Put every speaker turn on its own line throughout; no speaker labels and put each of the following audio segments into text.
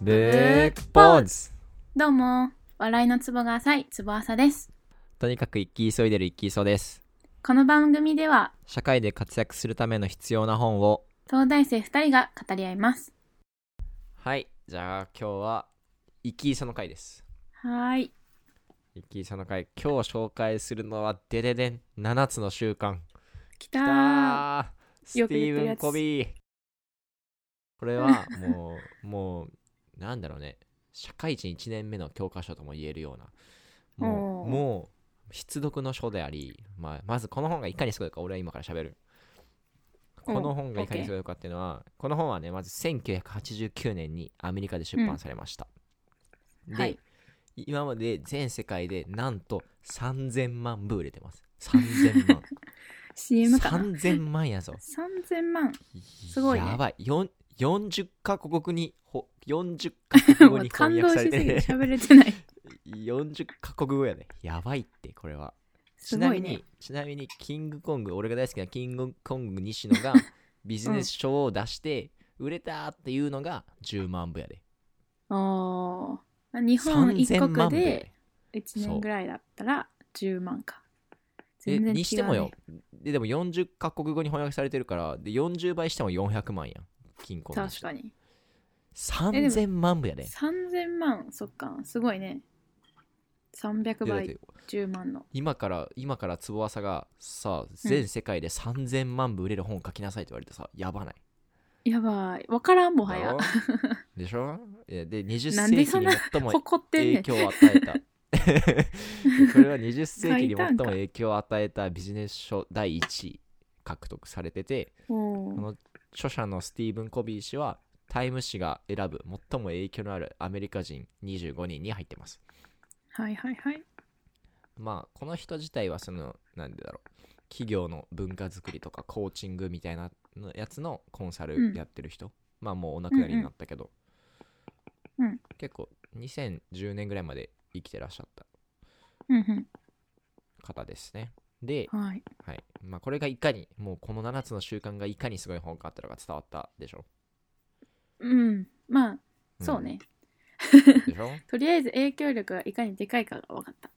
ビッグポーズ
どうも、笑いのツボが浅いツボ浅です。
とにかく生き急いでる生き急です。
この番組では、
社会で活躍するための必要な本を。
東大生2人が語り合います。
はい、じゃあ今日は生き急の回です。
はーい。
生き急の回、今日紹介するのはデデデン7つの習慣。
き
き
たー。
たース
よく
テ
言
ィー
ってる
ブ
や
ン・
つ
コビーこれはもうもうなんだろうね社会人1年目の教科書とも言えるようなも
お
う
ー
もう必読の書であり、まあ、まずこの本がいかにすごいか俺は今から喋るこの本がいかにすごいかっていうのはこの本はねまず1989年にアメリカで出版されました、で、
はい
今まで全世界でなんと3000万部売れてます3000万
CM かな
3000万やぞ
?3000 万。すごいね
やばいよん40カ国語にほ40カ国語
もう
に
感
翻
動
訳
し
さ
す
れ
ぎ
て、ね、
て喋れてない。
40カ国語やねやばいってこれは
す
ちな
ご
み
い
に、
ね。
ちなみにキングコング俺が大好きなキングコング西 野がビジネス書を出して売れたっていうのが10万部やで
おー。日本一
3000
国
万部や
で
で
1年ぐらいだったら10万か。
え
全然違う、ね。
にしてもよででも40カ国語に翻訳されてるからで40倍しても400万やんキングコング
確か
に
に。えで
3000万部やで
3000万、そっか。すごいね。300
いやだって
倍、10万の。
今から今から坪浅がさ全世界で3000万部売れる本を書きなさいって言われてさ、やばない
やばい。わからん、もは
だ
や
ろ。でしょいやで20
なんで
世
そ
紀
ん
に
な
最も
誇ってんね
影
ん。
響を与え たこれは20世紀に
書いた
最
ん
も
か
影響を与えたビジネス書第1位獲得されてて
お
こ
ー
の著者のスティーブン・コビー氏はタイム誌が選ぶ最も影響のあるアメリカ人25人に入ってます
はいはいはい。
まあこの人自体はそのなんでだろう企業の文化づくりとかコーチングみたいなのやつのコンサ
うん
ルやってる人、まあもうお亡くなりになったけど、
うんうん
結構2010年ぐらいまで生きてらっしゃった
うん
方ですねで
う、ん。はい。
はいまあ、これがいかにもうこの7つの習慣がいかにすごい本かってのが伝わったでしょ、
うん。まあ、
ん
そうね。
でしょ
とりあえず影響力がいかにでかいかが分かった。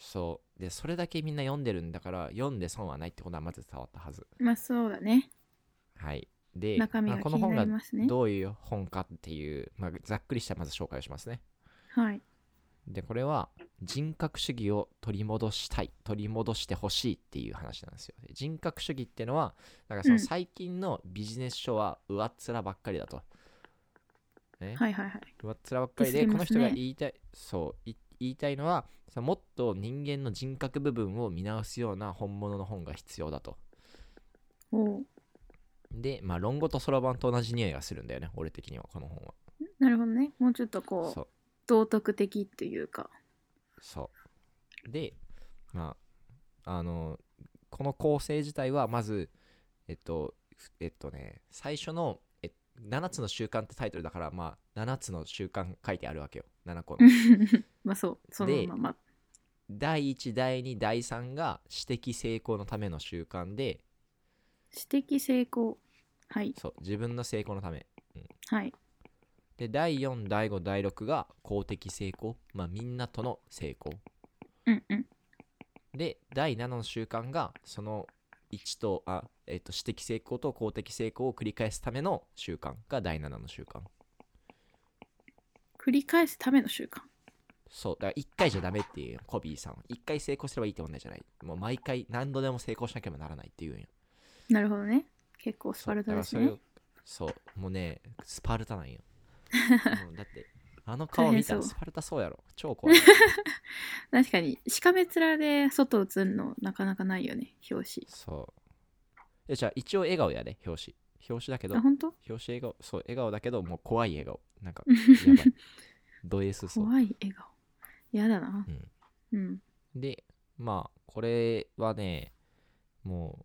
そうでそれだけみんな読んでるんだから読んで損はないってことはまず伝わったはず
まあそうだね。
はいで、
中身
まあ
が気
この
に
本
な
が
りますね。
どういう本かっていう、まあ、ざっくりしたまず紹介をしますね。
はい。
で、これは人格主義を取り戻したい、取り戻してほしいっていう話なんですよ。で人格主義ってのは、なんかそ
うん
の最近のビジネス書は上っ面ばっかりだと。ね、
はいはいはい。
上っ面ばっかり
ディ
で、
スり
こ
ま
の
す
人
ね
が言いたい、そう、い言いたいのは、そのもっと人間の人格部分を見直すような本物の本が必要だと。
おう
で、まあ、論語とそろばんと同じ匂いがするんだよね、俺的には、この本は。
なるほどね。もうちょっとこ、
そうう。
道徳的というか。
そう。で、まあ、あの、この構成自体は、まず、えっと、えっとね、最初の、え7つの習慣ってタイトルだから、まあ、7つの習慣書いてあるわけよ。7個 の。
まあそう、その
で
まま。
第1、第2、第3が、私的成功のための習慣で、
私的成功。はい
そう、自分の成功のため。
はい。
で、第4、第5、第6が、公的成功。まあ、みんなとの成功。
うんうん。
で第7の習慣がその1とあ、えっと私的成功と公的成功を繰り返すための習慣が第7の習慣
繰り返すための習慣。
そうだから1回じゃダメっていうよコビーさんは1回成功すればいいって問題じゃないもう毎回何度でも成功しなければならないっていうんよ
なるほどね。結構スパルタです
そ
ね。
うだからそれをそうもうねスパルタ なんよもうだってあの顔見た
大変
ら
そう
スパルタそうやろ超怖い
確かに、しかめ面で外映るのなかなかないよね、表
そうえじゃあ一応笑顔やで表紙表紙だけど
紙。あ、本当？
表紙笑顔そう笑顔だけどもう怖い笑顔なん か
うん
やばいド S そう
怖い笑顔。やだな。うん。
でまあこれはねも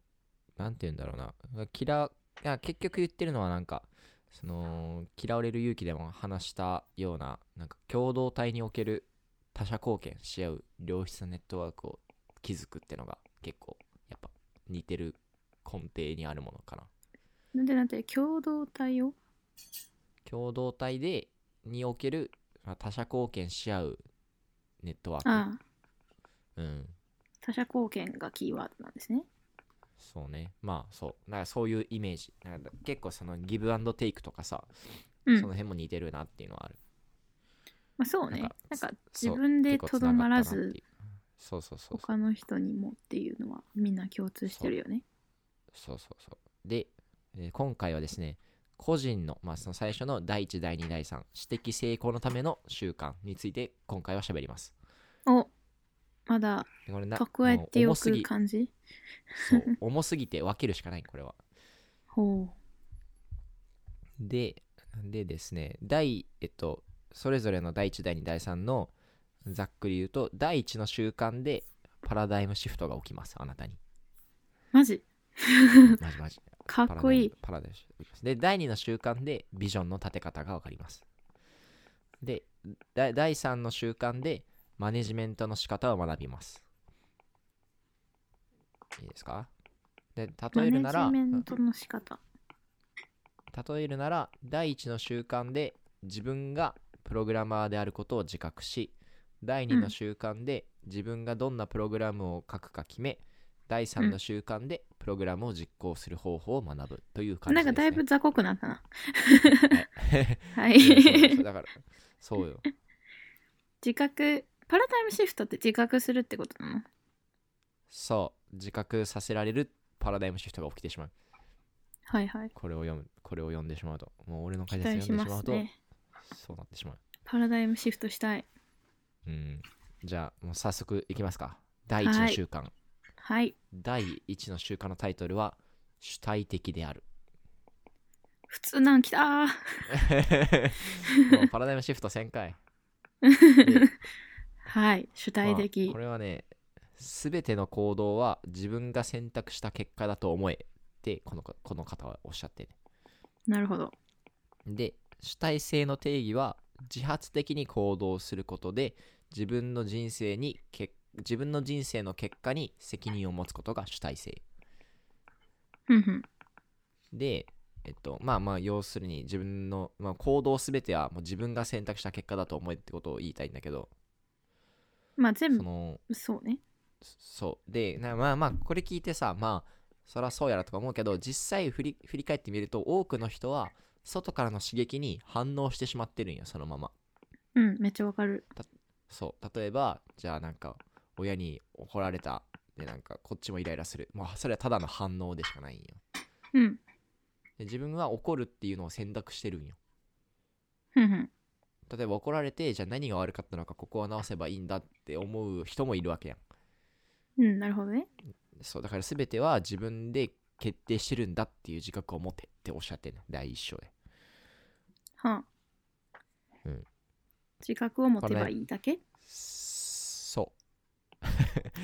うなんて言うんだろうな嫌いや結局言ってるのはなんかその嫌われる勇気でも話したようななんか共同体における他者貢献し合う良質なネットワークを築くってのが結構やっぱ似てる根底にあるものかな
なんでなんて共同体を
共同体でにおけるまあ他者貢献し合うネットワーク。
ああ
うん。
他者貢献がキーワードなんですね
そうね。まあそう。なんかそういうイメージ。なんか結構そのギブアンドテイクとかさ、
うん
その辺も似てるなっていうのはある。
まあそう
な
ねなんん
か
か
そう
自分で
結構
と
つながっ
ど
た
ま
な
ら
っていう
ず
そうそうそうそう。
他の人にもっていうのはみんな共通してるよね
そうそうそう。で、えー今回はですね、個人の、まあ、その最初の第1、第2、第3、私的成功のための習慣について今回は喋ります。
おまだ
でこれな
蓄えて
もう
お
重す
く
ぎ、
感じ
そう、重すぎて分けるしかない、これは。
ほ
で、でですね、第、えっと、それぞれの第1、第2、第3の、ざっくり言うと、第1の習慣でパラダイムシフトが起きます、あな たに。
うマジ
マジマジ。
かっこいい
パラダイムパラダイムシフトですで、第2の習慣でビジョンの立て方がわかります。で、だ第3の習慣でマネジメントの仕方を学びます。いいですかで、
マ
例えるな
ネ
ら、
ジメントの仕方
例えるなら、第1の習慣で自分がプログラマーであることを自覚し、第2
う
の
ん
習慣で自分がどんなプログラムを書くか決め、第3
う
の
ん
習慣でプログラムを実行する方法を学ぶという感じ
な
です、ね。
んかだいぶ雑魚くなっ たなはい
いやそうそうだからそうよ
自覚パラダイムシフトって自覚するってことなの
そう自覚させられるパラダイムシフトが起きてしまう
はいはい
これを読むこれを読んでしまうともう俺の
期
解
待
説
し
読んでし
ま
ますうと
ね
そうなってしまう
パラダイムシフトしたい
うんじゃあもう早速いきますか第1の習慣、
はい
第1の習慣のタイトルは主体的である
普通なんきたー
もうパラダイムシフト1000回
はい主体
まあ
的
これはね全ての行動は自分が選択した結果だと思えってこのかこの方はおっしゃってね
なるほど
で主体性の定義は自発的に行動することで自分の人生にけ自分の人生の結果に責任を持つことが主体性
ふんふん
でえっとまあまあ要するに自分の、まあ、行動すべてはもう自分が選択した結果だと思えってことを言いたいんだけど
まあ全
そ
部
の
そうね
そうでなまあまあこれ聞いてさまあそらそうやらとか思うけど実際振り振り返ってみると多くの人は外からの刺激に反応してしまってるんよそのまま
うんめっちゃわかる
そう例えばじゃあなんか親に怒られたでなんかこっちもイライラするまあそれはただの反応でしかないんよ
うん
で自分は怒るっていうのを選択してるんよ
ふんふん
例えば怒られてじゃあ何が悪かったのかここは直せばいいんだって思う人もいるわけやん
うんなるほどね
そうだから全ては自分で決定してるんだっていう自覚を持てっておっしゃってるの第一章で
はあ、
うん
自覚を持てばいいだけ
そう
こ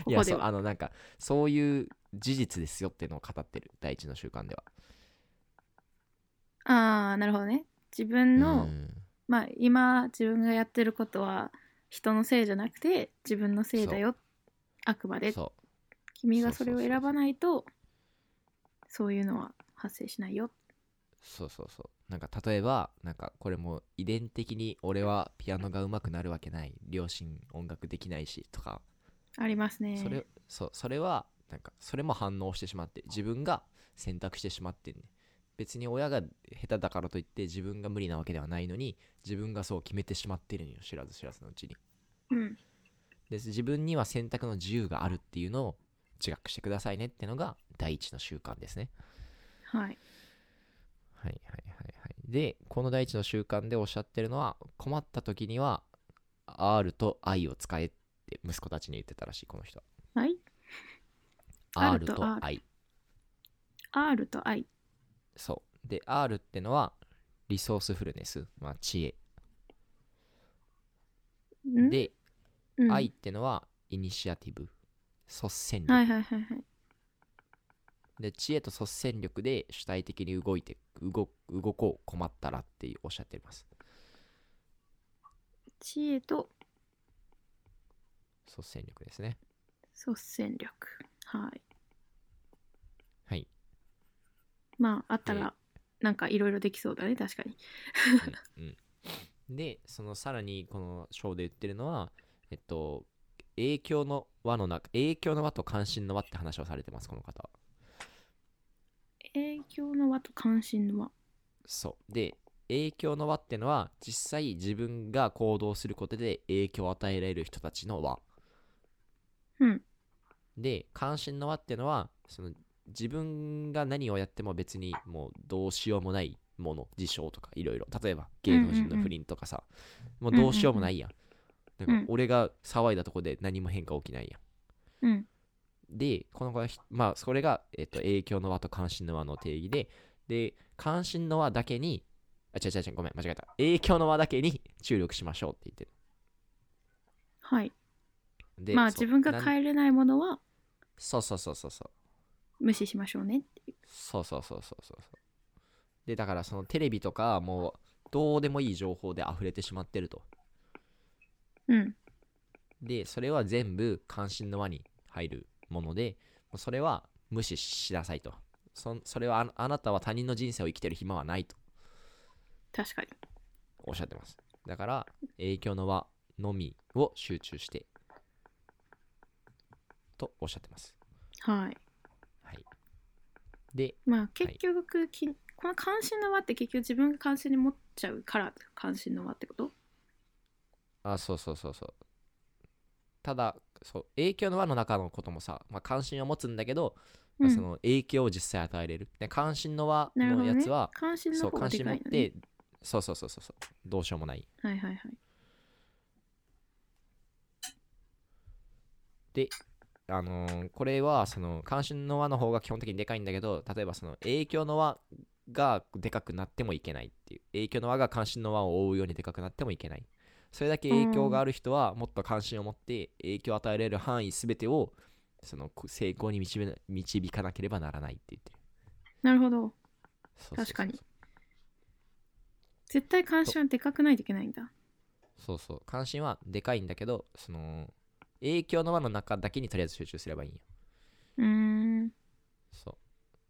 いや
こで
そう
は
あのなんかそういう事実ですよっていうのを語ってる第一の習慣では
ああなるほどね自分の、
うん
まあ今自分がやってることは人のせいじゃなくて自分のせいだよあくまで
そう
君がそれを
そうそうそうそう
選ばないとそういうのは発生しないよ
そうそうそうなんか例えばなんかこれも遺伝的に俺はピアノが上手くなるわけない両親音楽できないしとか
ありますね
それそうそれはなんかそれも反応してしまって自分が選択してしまってんね別に親が下手だからといって自分が無理なわけではないのに自分がそう決めてしまってるんよ知らず知らずのうちに
うん
で自分には選択の自由があるっていうのを自覚してくださいねってのが第一の習慣ですね
はい
はいはいはいはい。で、この第一の習慣でおっしゃってるのは、困った時には R と I を使えって息子たちに言ってたらしい、この人
はい
R
R
と
と
I。
R と I
そう。で、R ってのは、リソースフルネス、まあ、知恵。
ん、
で、
うん
I ってのは、イニシアティブ、率先力。
はいはいはいはい
で、知恵と率先力で主体的に動いて、動動こう、困ったらっておっしゃってます。
知恵と
率先力ですね。
率先力はい
はい。
まああった
で
らなんかいろいろできそうだね確かに
うんうんでそのさらにこの章で言ってるのはえっと影響の輪の中影響の輪と関心の輪って話をされてますこの方は
影響の輪と関心の輪
そうで影響の輪ってのは実際自分が行動することで影響を与えられる人たちの輪
うん
で関心の輪ってのはその自分が何をやっても別にもうどうしようもないもの事象とかいろいろ例えば芸能人の不倫とかさ、
んうん
もうどうしようもないやん,、
んうん
なんか俺が騒いだとこで何も変化起きないやん
うん
でこの子はひまあそれが、えっと、影響の輪と関心の輪の定義でで関心の輪だけにあ違う違う違うごめん間違えた影響の輪だけに注力しましょうって言ってる
はい
で
まあ
そう
自分が
なん
変えれないものは
そうそうそうそうそう
無視しましょうねっていう
そうそうそうそうそうそうでだからそのテレビとかもうどうでもいい情報で溢れてしまってると
うん
でそれは全部関心の輪に入るものでもうそれは無視しなさいとそそれはああなたは他人の人生を生きてる暇はないと
確かに
おっしゃってますだから影響の輪のみを集中してとおっしゃってます
はい
はいで
まあ結局、きこの関心の輪って結局自分が関心に持っちゃうから関心の輪ってこと
あそうそうそうそうただそう影響の輪の中のこともさ、まあ、関心を持つんだけど、まあ
うん
その影響を実際与えれるで関心の輪
なるほ
の
ど
や
ね
つは、
関心
そ
の
う
方が
関
で
心
か
持っ
いのね
てそうそうそうそうそうどうしようもない
はいはいはい
あのーこれはその関心の輪の方が基本的にでかいんだけど例えばその影響の輪がでかくなってもいけないっていう影響の輪が関心の輪を覆うようにでかくなってもいけないそれだけ影響がある人はもっと関心を持って影響を与えられる範囲全てをそのこ成功に導め導かなければならないって言ってる
なるほど
そうそうそう
確かに絶対関心はでかくないといけないんだ
そうそう関心はでかいんだけどその影響の輪の中だけにとりあえず集中すればいいんよ
うーん
そう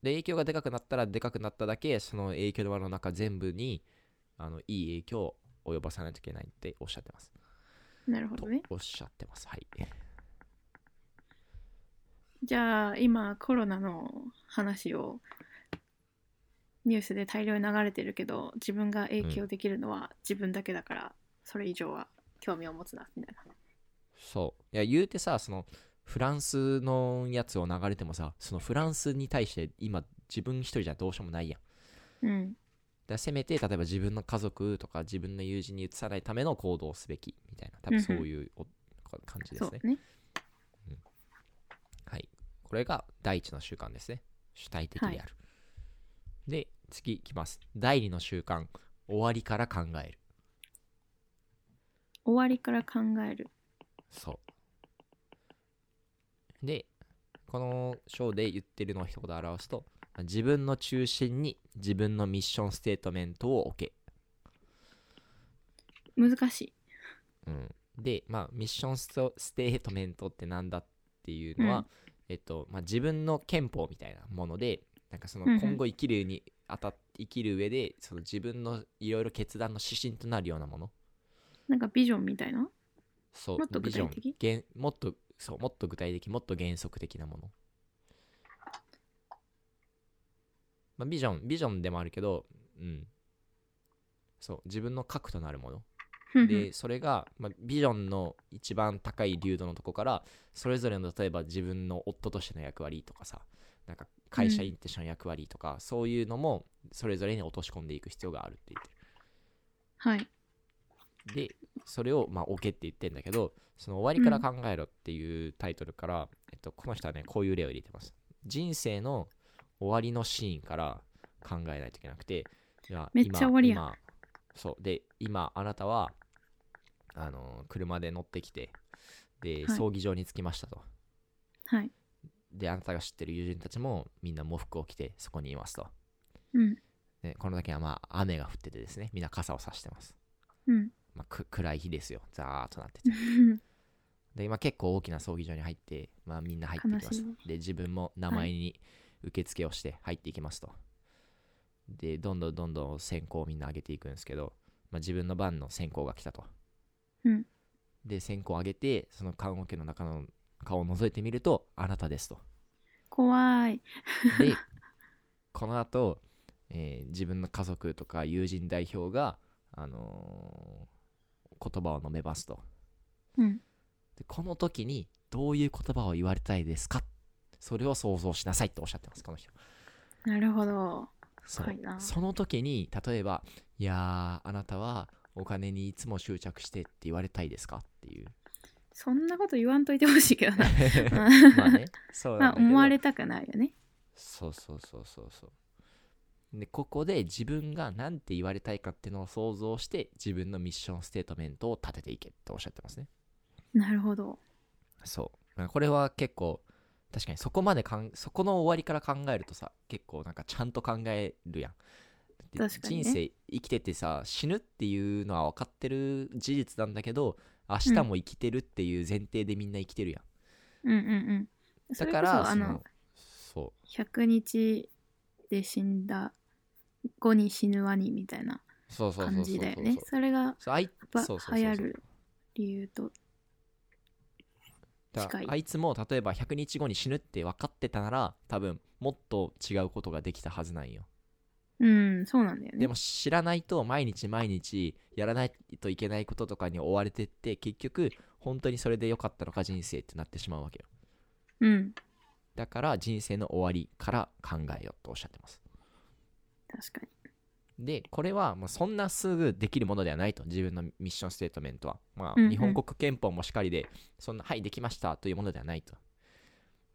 で影響がでかくなったらでかくなっただけその影響の輪の中全部にあのいい影響を及ぼさないといけないっておっしゃってます
なるほ
と
どね
おっしゃってますはい
じゃあ今コロナの話をニュースで大量に流れてるけど自分が影響できるのは自分だけだから、それ以上は興味を持つなみたいな
そういや言うてさそのフランスのやつを流れてもさそのフランスに対して今自分一人じゃどうしようもないやん
うん
だからせめて例えば自分の家族とか自分の友人に移さないための行動をすべきみたいな多分そういうお感じで
そ
す
う
ね
ね
はい。これが第一の習慣ですね。主体的である。
は
で、次いきます。第二の習慣、終わりから考える。
終わりから考える
そう。で、この章で言ってるのを一言表すと、自分の中心に自分のミッションステートメントを置け。
難しい
うん、で、まあ、ミッションストステートメントってなんだっていうのは、
うん
えっとまあ、自分の憲法みたいなものでなんかその
うんうん
今後生きるにあたっ生きる上でその自分のいろいろ決断の指針となるようなもの
なんかビジョンみたいな
そう
もっと具体的
ビジョン原もっとそうもっと具体的もっと原則的なもの、まあ、ビジョンビジョンでもあるけど、うん、そう自分の核となるものでそれが、まあ、ビジョンの一番高い流度のとこからそれぞれの例えば自分の夫としての役割とかさなんか会社員としての役割とか、そういうのもそれぞれに落とし込んでいく必要があるって言っ
はい
てるでそれをまあ置けって言ってんだけどその終わりから考えろっていうタイトルから、えっと、この人はねこういう例を入れてます人生の終わりのシーンから考えないといけなくてじゃあ
めっちゃ終わりやん
今今そうで今あなたはあのー車で乗ってきてで、
はい
葬儀場に着きましたと
はい
であなたが知ってる友人たちもみんな喪服を着てそこにいますと
うん
でこの時はまあ雨が降っててですねみんな傘を差してます、
うん
まあ、く暗い日ですよザーッとなっててで今結構大きな葬儀場に入って、まあ、みんな入っていきま
悲し
す
いね
で自分も名前に受付をして入っていきますと、でどんどんどんどん線香をみんな上げていくんですけど、ままあ、自分の番の選考が来たと。
うん
で選考を上げてその棺桶の中の顔を覗いてみるとあなたです と。
怖い。
でこの後、えー自分の家族とか友人代表が、あのー言葉を述べますと
うん。
でこの時にどういう言葉を言われたいですかそれを想像しなさいっておっしゃってますこの人
なるほど。
そう
深いな
その時に例えば「いやーあなたはお金にいつも執着して」って言われたいですかって いう
そんなこと言わんといてほしいけどな。
まあねそう
ま
なん
あ
だけど
思われたくないよね。
そうそうそうそうそうでここで自分が何て言われたいかっていうのを想像して自分のミッションステートメントを立てていけっておっしゃってますね
なるほど。
そうまあこれは結構確かにそこまでかんそこの終わりから考えるとさ結構なんかちゃんと考えるやんだって
確かにね
人生生きててさ死ぬっていうのは分かってる事実なんだけど明日も生きてるっていう前提でみんな生きてるやん、
うんうんうん。
だ
それ
か
こ
ら
そあ
そ
の
のそう
100日で死んだ後に死ぬワニみたいな
そうそうそう
感
そう
じ
そう
だよね。それが
そうあい
ば
そうそうそうそう
流行る理由と。
だ
近い
あいつも例えば100日後に死ぬって分かってたなら多分もっと違うことができたはずなんよ
うん、そうなんだよね。
でも知らないと毎日毎日やらないといけないこととかに追われてって結局本当にそれで良かったのか人生ってなってしまうわけよ
うん、
だから人生の終わりから考えようとおっしゃってます
確かに。
でこれはまあそんなすぐできるものではないと自分のミッションステートメントは、まあ
うんうん
日本国憲法もしかりでそんなはいできましたというものではないと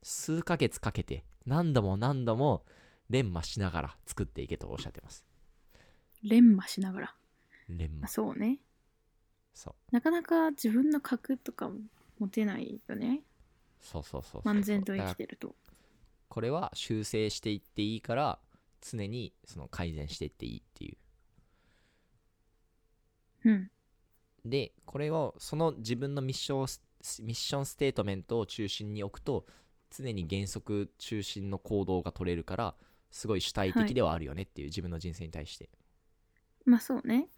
数ヶ月かけて何度も何度も連磨しながら作っていけとおっしゃってます
連磨しながら。
連磨
そうね。
そう
なかなか自分の格とかも持てないよね。
そうそうそうそう
漫然と
だ
生
から
きてると。
これは修正していっていいから常にその改善していっていいっていう
うん。
でこれをその自分のミッションスミッションステートメントを中心に置くと常に原則中心の行動が取れるからすごい主体的ではあるよねっていう、自分の人生に対して
まあそうね。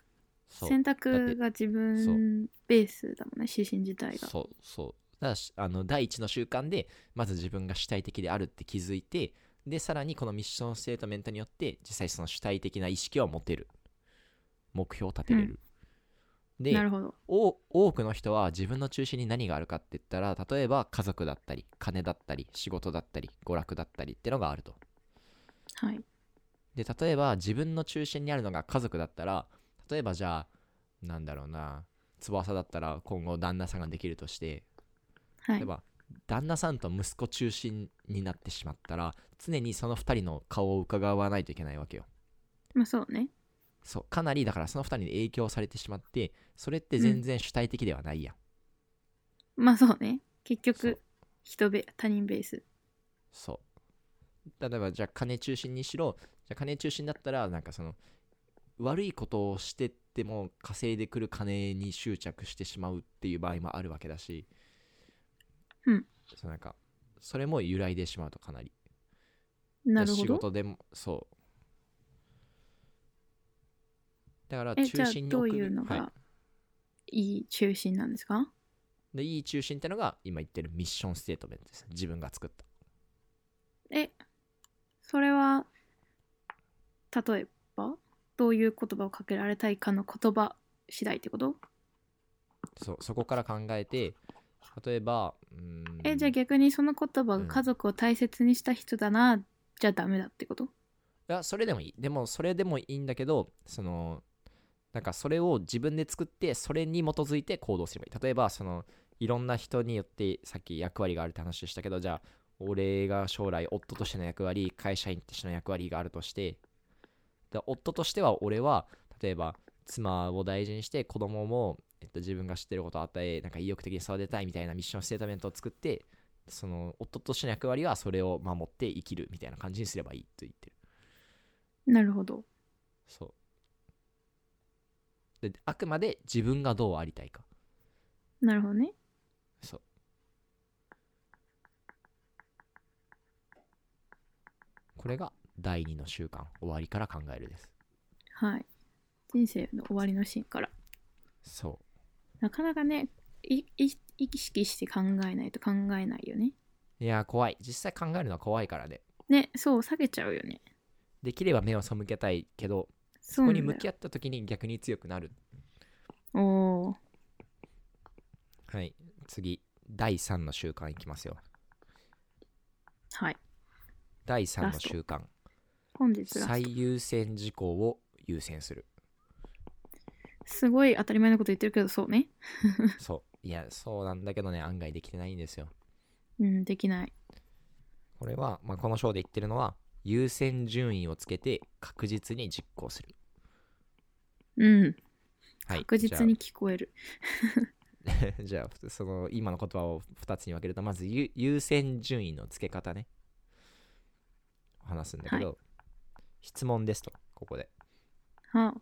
そう
選択が自分ベースだもんね、指針自体が。
そうそうだからしあの第一の習慣でまず自分が主体的であるって気づいてでさらにこのミッションステートメントによって実際その主体的な意識を持てる目標を立てれる、で
なるほど。
お多くの人は自分の中心に何があるかって言ったら例えば家族だったり金だったり仕事だったり娯楽だったりってのがあると
はい。
で例えば自分の中心にあるのが家族だったら例えばじゃあなんだろうな翼だったら今後旦那さんができるとして
は
例え
い。
ば旦那さんと息子中心になってしまったら常にその2人の顔を伺わないといけないわけよ
まあそうね。
そうかなりだからその2人に影響されてしまってそれって全然主体的ではないやん
まあそうね。結
そう
局、人べ、他人ベース。
そう例えばじゃあ金中心にしろじゃあ金中心だったらなんかその悪いことをしてっても稼いでくる金に執着してしまうっていう場合もあるわけだし
うん
そうなんかそれも揺らいでしまうとかなり
なるほ
仕
ど。
事でもそうだから
え、じ
中
ゃあ
心に
ど
置
う
く
いうの
は
がいい中心なんですか
い、でいい中心ってのが今言ってるミッションステートメントです自分が作った
え、それは、例えば、どういう言葉をかけられたいかの言葉次第ってこと
そうそこから考えて例えばうーん
え、じゃあ逆にその言葉が家族を大切にした人だな、じゃダメだってこと
いやそれでもいいでもそれでもいいんだけどそのなんかそれを自分で作ってそれに基づいて行動すればいい例えばそのいろんな人によってさっき役割があるって話したけどじゃあ俺が将来夫としての役割会社員としての役割があるとしてだ夫としては俺は例えば妻を大事にして子供も、えっと、自分が知ってることを与えなんか意欲的に育てたいみたいなミッションステートメントを作ってその夫としての役割はそれを守って生きるみたいな感じにすればいいと言ってる。
なるほど。
そう。で、あくまで自分がどうありたいか。
なるほどね。
そう。これが第二の習慣、終わりから考えるです。
はい。人生の終わりのシーンから
そ
なかなかねいい意識して考えないと考えないよね
ういやー怖い実際考えるのは怖いからね
ねそう下げちゃうよね
できれば目を背けたいけど
そ
そうこ
なんだ
に
よ
向き合った時に逆に強くなる
おー
はい次第3の習慣いきますよ
はい
第3
ラ
の
スト
習慣
本日が
最優先事項を優先する
すごい当たり前のこと言ってるけどそうね
そういやそうなんだけどね案外できてないんですよ
うんできない
これは、まあ、この章で言ってるのは優先順位をつけて確実に実行する、
うん
はい、
確実に聞こえる
じゃあ じゃあその今の言葉を2つに分けるとまず優優先順位のつけ方ね話すんだけど、質問ですとここで
はあ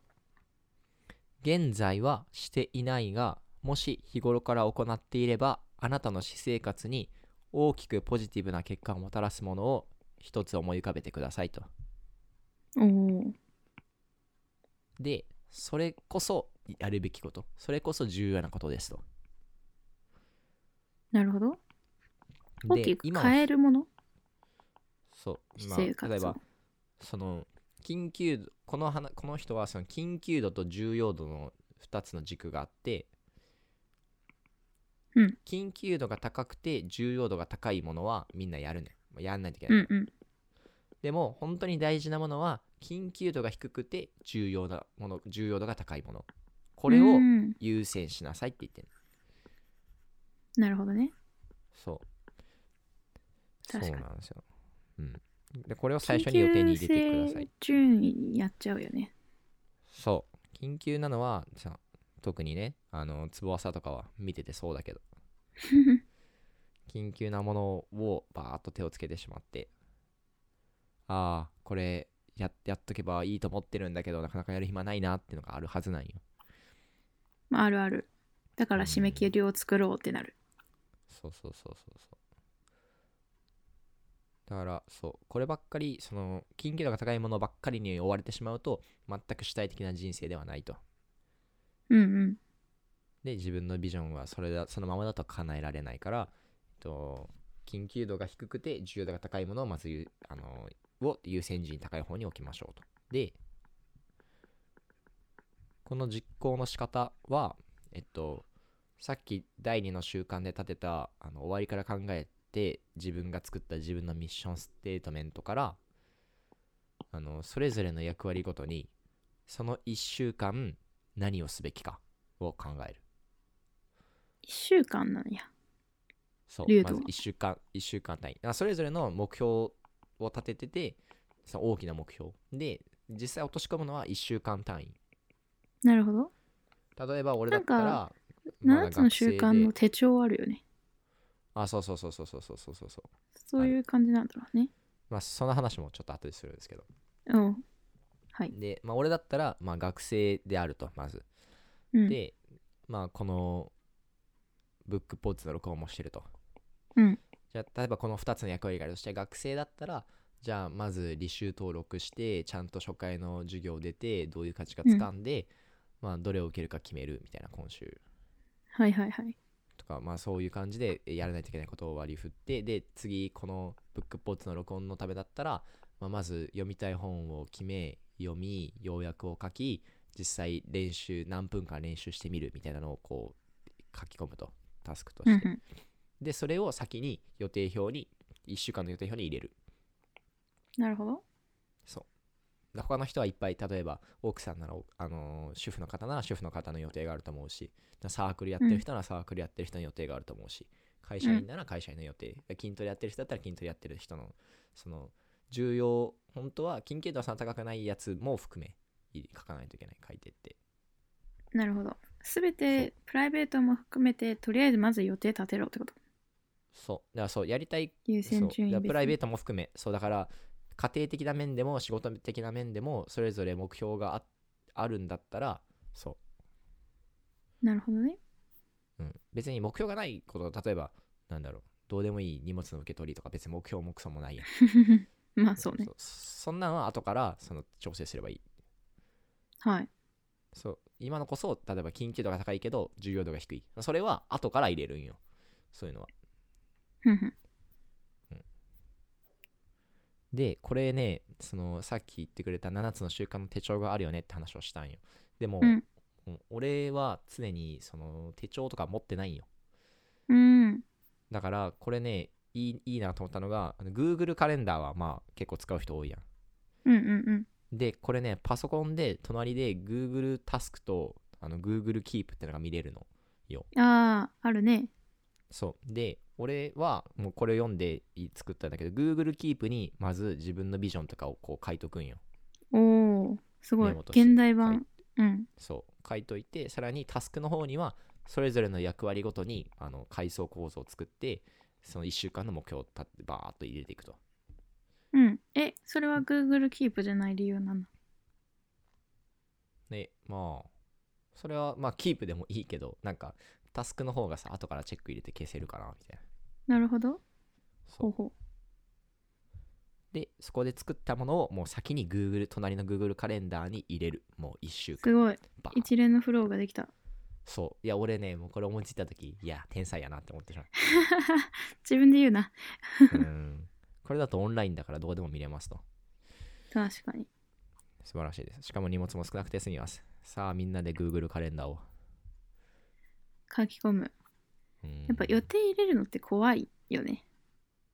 現在はしていないがもし日頃から行っていればあなたの私生活に大きくポジティブな結果をもたらすものを一つ思い浮かべてくださいと
おお
でそれこそやるべきことそれこそ重要なことですと
なるほど大
で
きく
今は
変えるもの
そう、ま
生
あ、
活
例えば
を
その緊急度この話この人はその緊急度と重要度の2つの軸があって、
うん
緊急度が高くて重要度が高いものはみんなやるねんやんないといけ
う
ない、
んうん
でも本当に大事なものは緊急度が低くて重要なもの重要度が高いものこれ
う
を
ん
優先しなさいって言ってる
なるほどね
そうそう
確かに
なんですよ、うん、でこれを最初に予定に入れてください
緊急性順位にやっちゃうよね
そう緊急なのはさ特にねあのつぼわさとかは見ててそうだけど緊急なものをバーッと手をつけてしまってああこれややっとけばいいと思ってるんだけどなかなかやる暇ないなっていうのがあるはずなんよ
まああるあるだから締め切りを作ろうってなる
そうそうそうそうそうだからそうこればっかりその緊急度が高いものばっかりに追われてしまうと全く主体的な人生ではないと
うんうん
で自分のビジョンはそれだそのままだと叶えられないから、えっと、緊急度が低くて重要度が高いものをまずゆあのを優先順位高い方に置きましょうと。でこの実行の仕方は、えっと、さっき第2の習慣で立てたあの終わりから考えて自分が作った自分のミッションステートメントからあのそれぞれの役割ごとにその1週間何をすべきかを考える。
1週間なんや
そう
リュウ
ま
と
ず
は
1週間一週間単位だからそれぞれの目標を立てててその大きな目標で実際落とし込むのは1週間単位
なるほど
例えば俺だった
なん
らまあ
7つの習慣の
学生で
手帳あるよね
あそうそうそうそうそうそうそうそう
そういう感じなんだろうね
まあその話もちょっと後でするんですけど
うんはい
で、まあ、俺だったら、まあ、学生であるとまず
うん
で、まあ、このブックポーツの録音もしてると。
うん
じゃあ、例えばこの2つの役割があるとして、学生だったら、じゃあ、まず履修登録して、ちゃんと初回の授業出て、どういう価値かつかんで、まあ、どれを受けるか決めるみたいな、今週
はいはいはい
とか、まあ、そういう感じでえやらないといけないことを割り振って、で、次、このブックポーツの録音のためだったら、まあ、まず読みたい本を決め、読み、要約を書き、実際練習、何分間練習してみるみたいなのをこう書き込むと、タスクと
うん
し
う
て。
ん
で、それを先に予定表に、1週間の予定表に入れる。
なるほど
そう。で他の人はいっぱい、例えば奥さんなら、おあのー主婦の方なら主婦の方の予定があると思うし、サークルやってる人ならサークルやってる人の予定があると思うし、会社員なら会社員の予定、筋トレやってる人だったら筋トレやってる人の、その、重要、本当は緊急度はそんな高くないやつも含め、い書かないといけない、書いてって。
なるほどすべてプライベートも含めてとりあえずまず予定立てろってこと
そう。だからそう、やりたい
優
そう
先順位
だから
別に
プライベートも含めそうだから家庭的な面でも仕事的な面でもそれぞれ目標がああるんだったらそ
なる ほどね
う、うん、別に目標がないこと例えばなんだろうどうでもいい荷物の受け取りとか別に目標もクソもないやん
まあそうね
そそんなんは後からその調整すればいい
はい
そう今のこそ例えば緊急度が高いけど重要度が低いそれは後から入れるんよそういうのは
ふんふん
でこれねそのさっき言ってくれた7つの習慣の手帳があるよねって話をしたんよでも、
うん
もう俺は常にその手帳とか持ってないんよ
うん
だからこれねいいいいなと思ったのがあの Google カレンダーはまあ結構使う人多いやん
うんうん
でこれねパソコンで隣で Google タスクとあの Google キープってのが見れるの
うんあああるね
そうで俺はもうこれを読んでい作ったんだけど Google キープにまず自分のビジョンとかをこう書いとくんよ
おおすごい
メモとして
現代
は
版
い
うん
そう書いといてさらにタスクの方にはそれぞれの役割ごとにあの階層構造を作ってその1週間の目標をたってバーっと入れていくと
うんえそれは Google Keep じゃない理由なの
でまあそれはまあキープでもいいけどなんかタスクの方がさ後からチェック入れて消せるかなみたいな
なるほど
そ
ほう
う
ほ
でそこで作ったものをもう先に Google 隣の Google カレンダーに入れるもう1週
うす
間
ごい
バーン
一連のフローができた
そういや俺ねもうこれ思いついた時いや天才やなって思ってしまっ
自分で言うな
たうんこれだとオンラインだからどこでも見れますと
確かに
素晴らしいですしかも荷物も少なくて済みますさあみんなで Google カレンダーを
書き込む
うん
やっぱ予定入れるのって怖いよね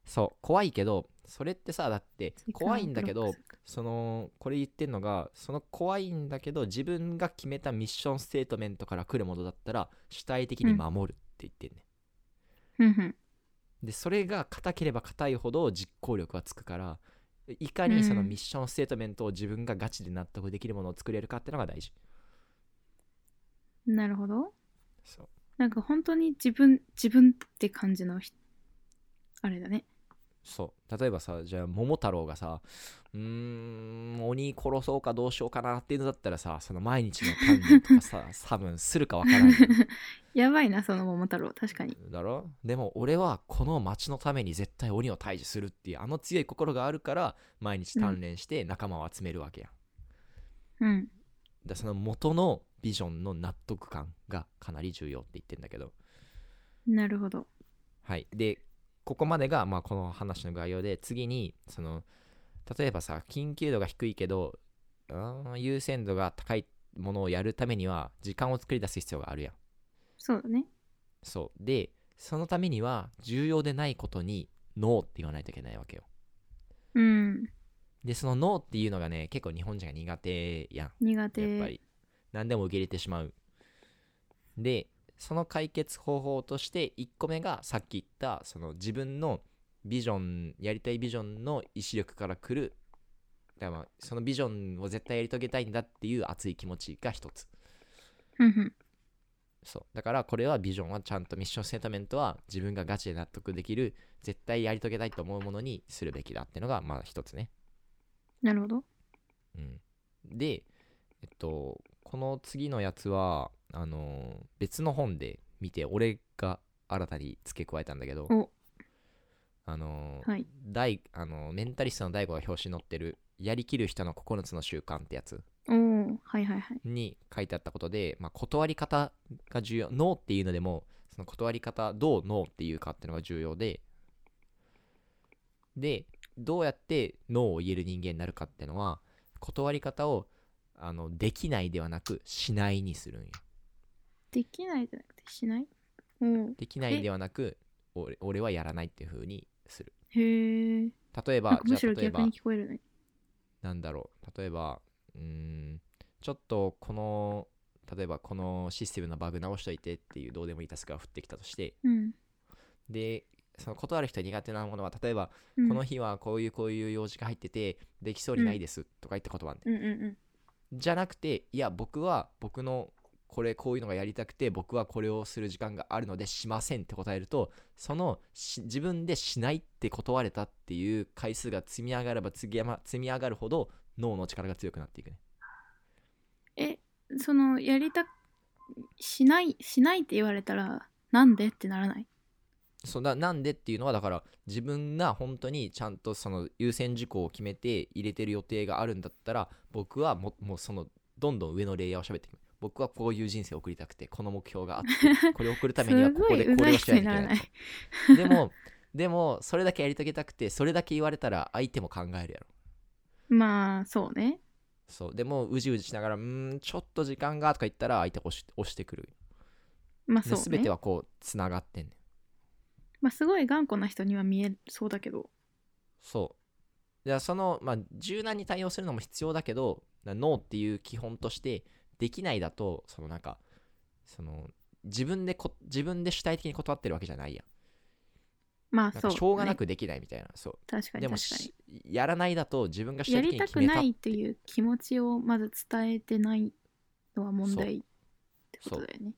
そう怖いけどそれってさだって
時間を
怖いんだけ
ブロ
ど
ックする
そのこれ言ってんのがその怖いんだけど自分が決めたミッションステートメントから来るものだったら主体的に守るって言ってんね、
うんうん
でそれが硬ければ硬いほど実行力はつくからいかにその
うん
ミッションステートメントを自分がガチで納得できるものを作れるかってのが大事
なるほど
そう
なんか本当に自分自分って感じのひあれだね
そう例えばさじゃあ桃太郎がさうーん鬼殺そうかどうしようかなっていうのだったらさその毎日の鍛錬とかさ多分するかわからない
やばいなその桃太郎確かに
だろでも俺はこの町のために絶対鬼を退治するっていうあの強い心があるから毎日鍛錬して仲間を集めるわけやん、
うん
だからその元のビジョンの納得感がかなり重要って言ってんだけど
なるほど
はいでここまでがまあこの話の概要で次にその例えばさ緊急度が低いけどうーん優先度が高いものをやるためには時間を作り出す必要があるやん
そうだね
そうでそのためには重要でないことにノーって言わないといけないわけよ
うん
でそのノーっていうのがね結構日本人が苦手やん
苦手
やっぱり何でも受け入れてしまうでその解決方法として1個目がさっき言ったその自分のビジョンやりたいビジョンの意志力から来るだからまあそのビジョンを絶対やり遂げたいんだっていう熱い気持ちが一つ
うんうん
そうだからこれはビジョンはちゃんとミッションステートメントは自分がガチで納得できる絶対やり遂げたいと思うものにするべきだってのがまあ一つね
なるほど
うん、で、えっと、この次のやつはあの別の本で見て俺が新たに付け加えたんだけど
お
あの、
はい
大あのメンタリストの大悟が表紙に載ってる「やりきる人の9つの習慣」ってやつ
おおはいはいはい
に書いてあったことで、まあ、断り方が重要ノーっていうのでもその断り方どうノーっていうかっていうのが重要ででどうやってノーを言える人間になるかっていうのは断り方をあのできないではなくしないにするんよ
できないじゃなくてしないおお
できないではなく俺俺はやらないっていう風にする
へえ
例えばじ
む
ゃ
し
あ
ろ
例え
逆
ば
に聞こえるね
なんだろう例えばうーんちょっとこの例えばこのシステムのバグ直しといてっていうどうでもいいタスクが降ってきたとして
うん、
でその断る人に苦手なものは例えば、
うん、
この日はこういうこういう用事が入っててできそうにないですとか言って断る、
うんうんうん
じゃなくていや僕は僕のこれこういうのがやりたくて僕はこれをする時間があるのでしませんって答えるとそのし自分でしないって断れたっていう回数が積み上がれば積み,、ま、積み上がるほど脳の力が強くなっていくね
えそのやりたしないしないって言われたらなんでってならない
そうななんでっていうのはだから自分が本当にちゃんとその優先事項を決めて入れてる予定があるんだったら僕はももうそのどんどん上のレイヤーを喋っていく僕はこういう人生を送りたくてこの目標があってこれを送るためには
す
こ
ご
こ
い
で
う
こ
ざ
れを
い
し
人
ないとい
にな
けな
らないい。
とでもでもそれだけやり遂げたくてそれだけ言われたら相手も考えるやろ
まあそうね。
そうでもうじうじしながら「うーんちょっと時間が」とか言ったら相手を押し押してくる
まあ
で
そう
全て
ね。
はこうつながってんねん
まあすごい頑固な人には見えそうだけど。
そう。じゃあその、まあ、柔軟に対応するのも必要だけど、なノーっていう基本として、できないだと、そのなんか、その、自分でこ、自分で主体的に断ってるわけじゃないやん。
ま
な
あ
ん
そ
か
う、
しょうがな
ね。
くできないみたいな。そ
確か
う。
に
でも
確かに。
し、やらないだと、自分が主
や
体的
り
に
た
決
く
めた
ないっていう気持ちをまず伝えてないのは問題ってことだよね。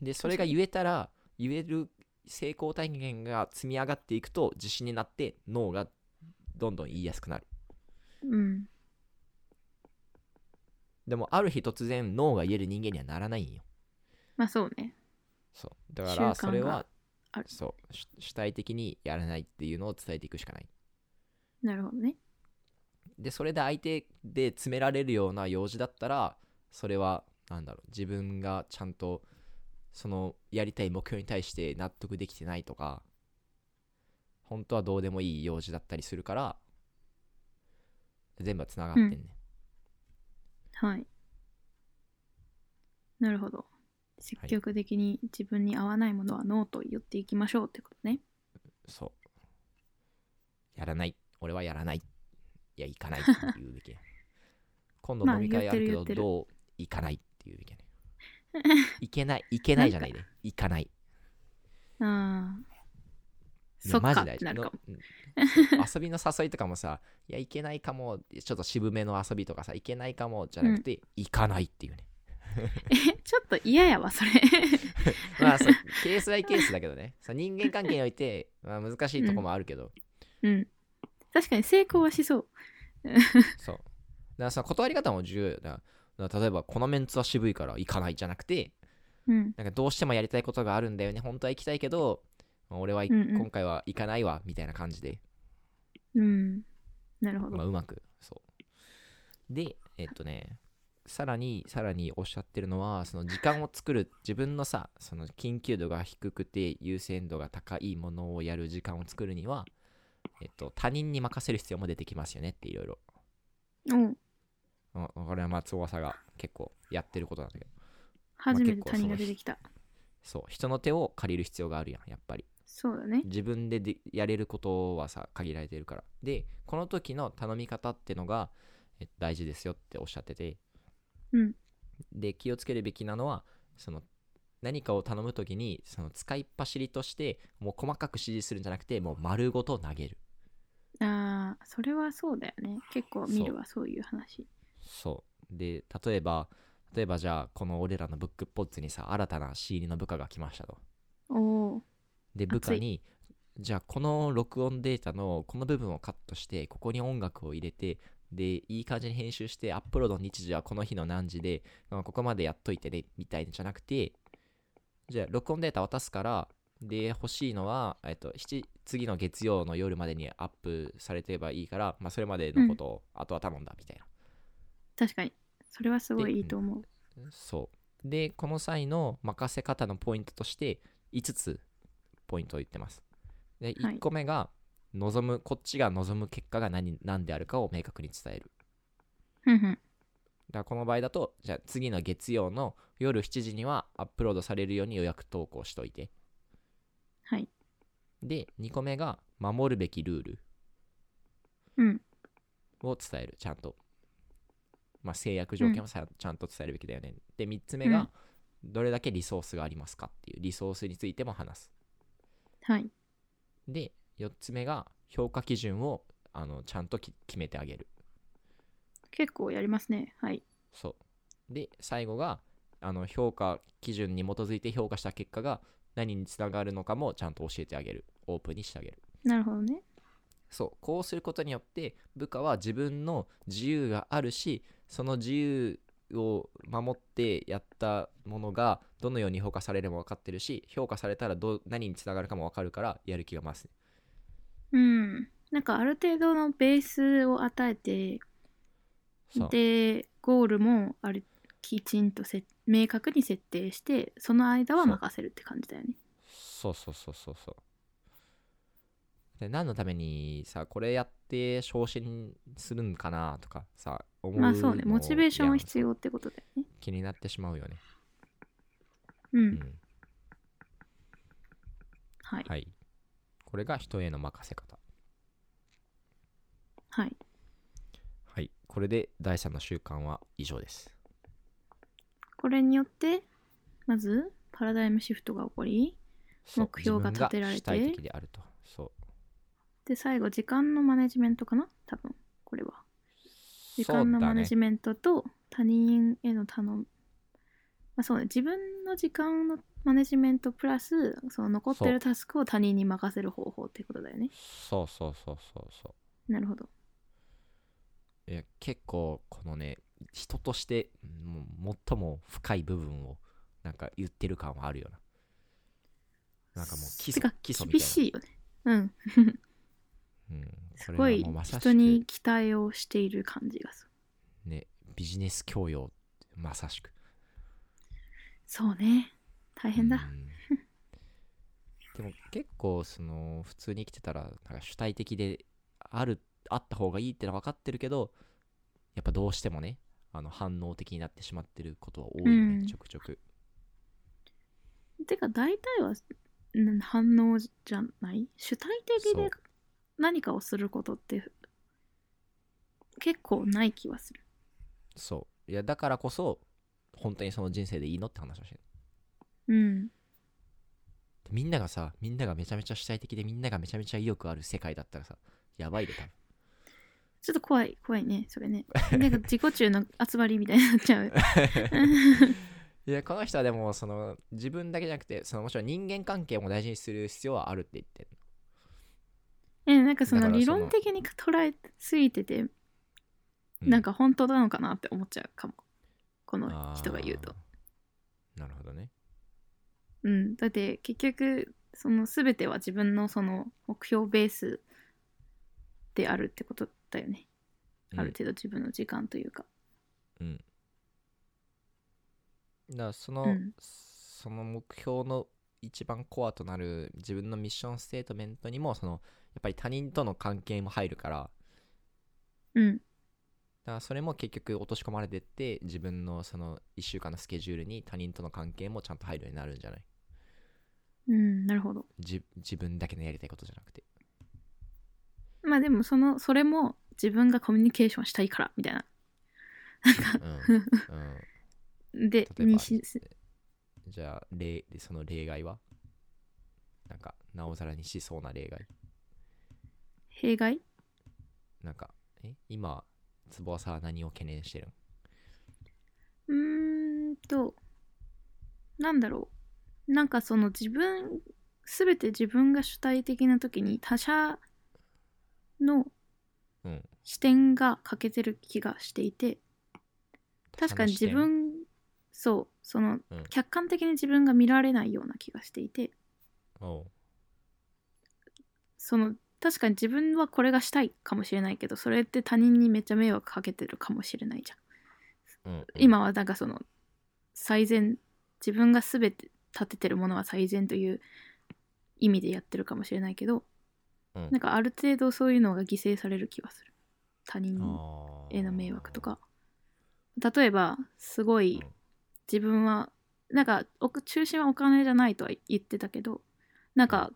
で、それが言えたら、言える成功体験が積み上がっていくと、自信になって、脳がどんどん言いやすくなる。
うん。
でも、ある日突然、脳が言える人間にはならないんよ。
まあそうね。
そうだから
習慣
それ
が
は
ある
そう主主体的にやらないっていうのを伝えていくしかない
なるほどね。
でそれで相手で詰められるような用事だったらそれはなんだろう自分がちゃんとそのやりたい目標に対して納得できてないとか本当はどうでもいい用事だったりするから全部つながってんね、
はい。なるほど。積極的に自分に合わないものはノーと言っていきましょうってことね。
そうやらない俺はやらないいや行かないっていうべ きや今度
まあ
飲み会あるけ
言
ど
ってる
どう行かないっていうべきやね行けない行けないじゃないで行かない
ああ。
いや
そっ
マ
か
ジ
っ
大
て
事
なるかも。
のうんそう遊びの誘いとかもさいや行けないかもちょっと渋めの遊びとかさ行けないかもじゃなくて、行かないっていうね
え、 ちょっと嫌やわ、それ。
まあそうケースバイケースだけどねさ人間関係において、まあ、難しいとこもあるけど、
うん。確かに成功はしそう。
そう。だからさ、断り方も重要よ。だからだから例えば、このメンツは渋いから行かないじゃなくて、
うん。
なんかどうしてもやりたいことがあるんだよね、本当は行きたいけど、まあ俺は、
んうん
今回は行かないわ、みたいな感じで、
うん。なるほど。
まあ、うまく、そう。で、えっとね、さらに、さらにおっしゃってるのは、その時間を作る、自分のさ、その緊急度が低くて優先度が高いものをやる時間を作るには、えっと、他人に任せる必要も出てきますよねっていろいろ。
うん。
うんこれは松尾さが結構やってることなんだけど。
初め
結
て
構
他人が出てきた。
そう人の手を借りる必要があるやんやっぱり
そうだね。
自分ででやれることはさ限られてるからでこの時の頼み方ってのがえっと大事ですよっておっしゃってて、
うん
で気をつけるべきなのはその何かを頼む時にその使いっ走りとしてもう細かく指示するんじゃなくてもう丸ごと投げる
ああ、それはそうだよね。結構見るわ、そういう話。
そうで例えば例えばじゃあこの俺らのブックポッツにさ新たな仕入りの部下が来ましたと
おお
で部下にじゃあこの録音データのこの部分をカットしてここに音楽を入れてでいい感じに編集してアップロードの日時はこの日の何時でまあここまでやっといてねみたいなじゃなくてじゃあ録音データ渡すからで欲しいのは、えっと、7次の月曜の夜までにアップされてればいいから、まあ、それまでのことをあとは頼んだみたいな、
確かに。それはすごいいいと思う。
そうでこの際の任せ方のポイントとして5つポイントを言ってますで
はい
1個目が望む、こっちが望む結果が何何であるかを明確に伝える
うんうん。
だからこの場合だとじゃあ次の月曜の夜7時にはアップロードされるように予約投稿しといて
はい。
で2個目が守るべきルール
うん。
を伝えるちゃんと、まあ、制約条件をさ、ちゃんと伝えるべきだよねで3つ目が、どれだけリソースがありますかっていうリソースについても話す
はい。
で4つ目が評価基準をあのちゃんとき決めてあげる
結構やりますね。はい。
そうで最後があの評価基準に基づいて評価した結果が何につながるのかもちゃんと教えてあげるオープンにしてあげる
なるほどね。
そうこうすることによって部下は自分の自由があるしその自由を守ってやったものがどのように評価されるも分かってるし評価されたらどう何につながるかも分かるからやる気が増す
うん。なんかある程度のベースを与えて、
そう
で、ゴールもあるきちんとせ明確に設定してその間は任せるって感じだよね
そうそうそうそうそうで何のためにさこれやって昇進するんかなとかさ思う
まあそうね
のも
モチベーションはい
や
必要ってことだよね
気になってしまうよね
う
うんん
はい
はいこれが人への任せ方
はい
はいこれで第3の習慣は以上です
これによってまずパラダイムシフトが起こり
そう
目標が立てられ
自
て
分が主体的であるとそう
で最後時間のマネジメントかな多分これは時間
そ
の
うだ
マ
ね
ネジメントと他人への頼む、まあ、そうね自分の時間のマネジメントプラスその残って
そう
るタスクを他人に任せる方法ってことだよね
そうそうそうそうそ
なるほど
ういや結構このね人としてもう最も深い部分をなんか言ってる感はあるよななんかもう基
て
礎
か
基礎みたい
厳
な
しいよねうん
うん、
す
こ
ご
れ
い
はもうまさしく
人に期待をしている感じがする
ねビジネス教養まさしく
そうね大変だ、
うんでも結構その普通に生きてたらなんか主体的であるあった方がいいってのは分かってるけどやっぱどうしてもねあの反応的になってしまってることは多いよね、
うん
ちょくちょく
てか大体はん反応じゃない主体的
そう
で何かをすることって結構ない気はする
そういやだからこそ本当にその人生でいいのって話をしてる
うん
みんながさみんながめちゃめちゃ主体的でみんながめちゃめちゃ意欲ある世界だったらさやばいで多分
ちょっと怖い怖いねそ れねなんか自己中の集まりみたいになっちゃう
いやこの人はでもその自分だけじゃなくてそのもちろん人間関係も大事にする必要はあるって言ってる
えなんかそ
だ
の
から
理
その
論的に捉えすぎてて、
う
なんか本当なのかなって思っちゃうかもこの人が言うと
あーなるほどね
うん、だって結局その全ては自分のその目標ベースであるってことだよね、
うん
ある程度自分の時間というか
だからその、
うん
その目標の一番コアとなる自分のミッションステートメントにもそのやっぱり他人との関係も入るからだ
うん
からそれも結局落とし込まれてって自分のその1週間のスケジュールに他人との関係もちゃんと入るようになるんじゃない
うんなるほど
じ自分だけのやりたいことじゃなくて
まあでもそのそれも自分がコミュニケーションしたいからみたいな
うん、うん例
で
えば
にし
じゃあ例その例外はなんかなおさらにしそうな例外
弊害
なんかえ今坪さんは何を懸念してるん
うーんとなんだろうなんかその自分全て自分が主体的な時に他者の
うん
視点が欠けてる気がしていて確かに自
話して
分そうその、
うん
客観的に自分が見られないような気がしていて
おう
その確かに自分はこれがしたいかもしれないけどそれって他人にめっちゃ迷惑かけてるかもしれないじゃん
うんうん
今はなんかその最善自分が全て立ててるものは最善という意味でやってるかもしれないけど、
うん
なんかある程度そういうのが犠牲される気はする他人
あー
への迷惑とか例えばすごい
うん
自分はなんかお中心はお金じゃないとは言ってたけどなんか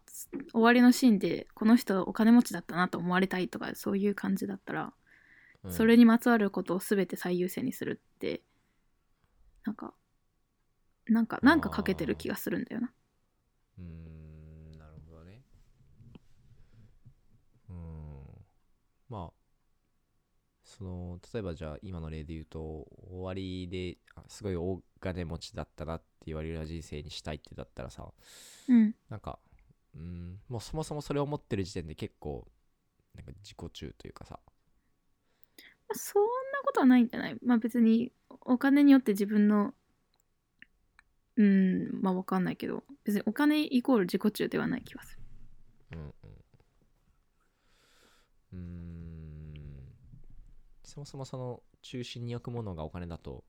終わりのシーンでこの人お金持ちだったなと思われたいとかそういう感じだったら
うん
それにまつわることを全て最優先にするってなんかなんかなんか欠けてる気がするんだよな
うーんなるほどねうーんまあその例えばじゃあ今の例で言うと終わりであすごい大金持ちだったなって言われるような人生にしたいってだったらさ
うん
なんかうーんもうそもそもそれを持ってる時点で結構なんか自己中というかさ
そんなことはないんじゃないまあ別にお金によって自分のうんまあわかんないけど別にお金イコール自己中ではない気がする
うんうんうーんそもそもその中心に置くものがお金だと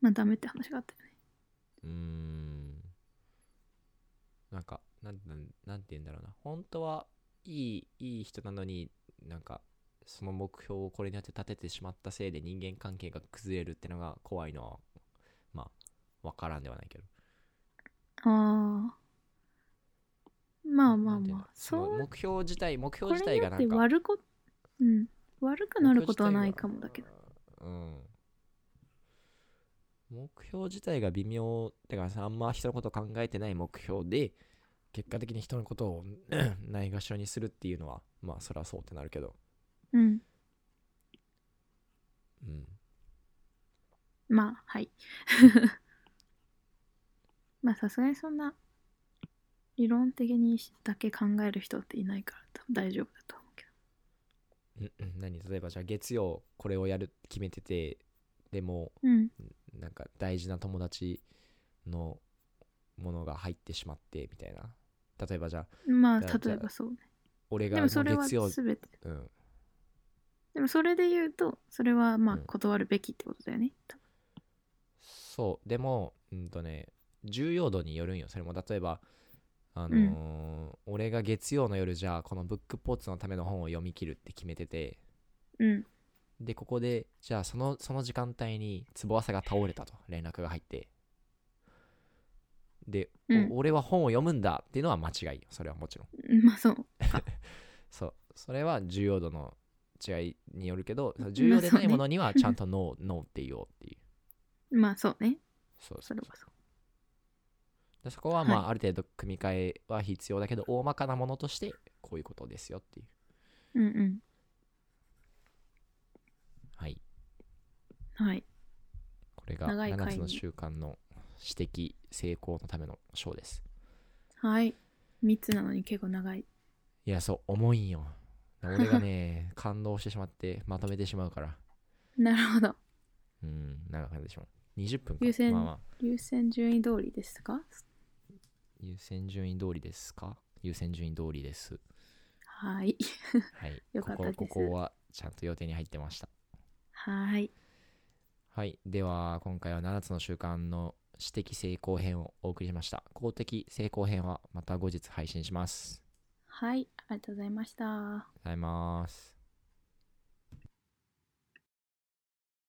まあダメって話があったよね
うーんなんかなんなんなんて言うんだろうな本当はいいいい人なのになんかその目標をこれによって立ててしまったせいで人間関係が崩れるってのが怖いのはまあ分からんではないけど
ああまあまあ
なんて言うんだ
ま
ろ
あ
うその
そう
目標自体目標
これ
自
に
体
よ
が
っ
な
て
んか
悪こ、うん、悪くなることはないかもだけど
どうん目標自体が微妙てかさあんま人のこと考えてない目標で結果的に人のことをないがしろにするっていうのはまあそりゃそうってなるけど
うん
うん
まあはい まあさすがにそんな理論的にだけ考える人っていないから多分大丈夫だと思うけど
うんうん何例えばじゃあ月曜これをやるって決めててでも
うん
なんか大事な友達のものが入ってしまってみたいな例えばじゃあ
まあ
じゃあ
例えばそうね
俺
で
が
もそ
もう
れは
月曜
全て
うん
でもそれで言うとそれはまあ
うん
断るべきってことだよね、多分
そうでもうんとね重要度によるんよそれも例えばあのー俺が月曜の夜じゃあこのブックポーツのための本を読み切るって決めてて
うん
でここでじゃあそのその時間帯に坪朝が倒れたと連絡が入ってで、お
うん
俺は本を読むんだっていうのは間違いよそれはもちろん
うんまあそう
そうそれは重要度の違いによるけどその
まあ
重要で
そう
な
ね
いものにはちゃんとノーノーって言おうっていう
まあそうね
そう
そ
そう
れ
そう
はそう
でそこはま
は
あある程度組み替えは必要だけど、大まかなものとしてこういうことですよっていう
うんうん
はい
はい
これが
長い
7
会
つ
議
の習慣の私的成功のための章です
はい3つなのに結構長い
いやそう重いんよ俺が ね感動してしまってまとめてしまうから
なるほど
うん長くなってしまう20分か
優先
まあまあ
優先順位通りでしたか
優先順位通りですか優先順位通りです
はい
はい
よかったです
ここここはちゃんと予定に入ってました
はい
はいでは今回は7つの習慣の私的成功編をお送りしました公的成功編はまた後日配信します
はいありがとうございました
ありがとうございます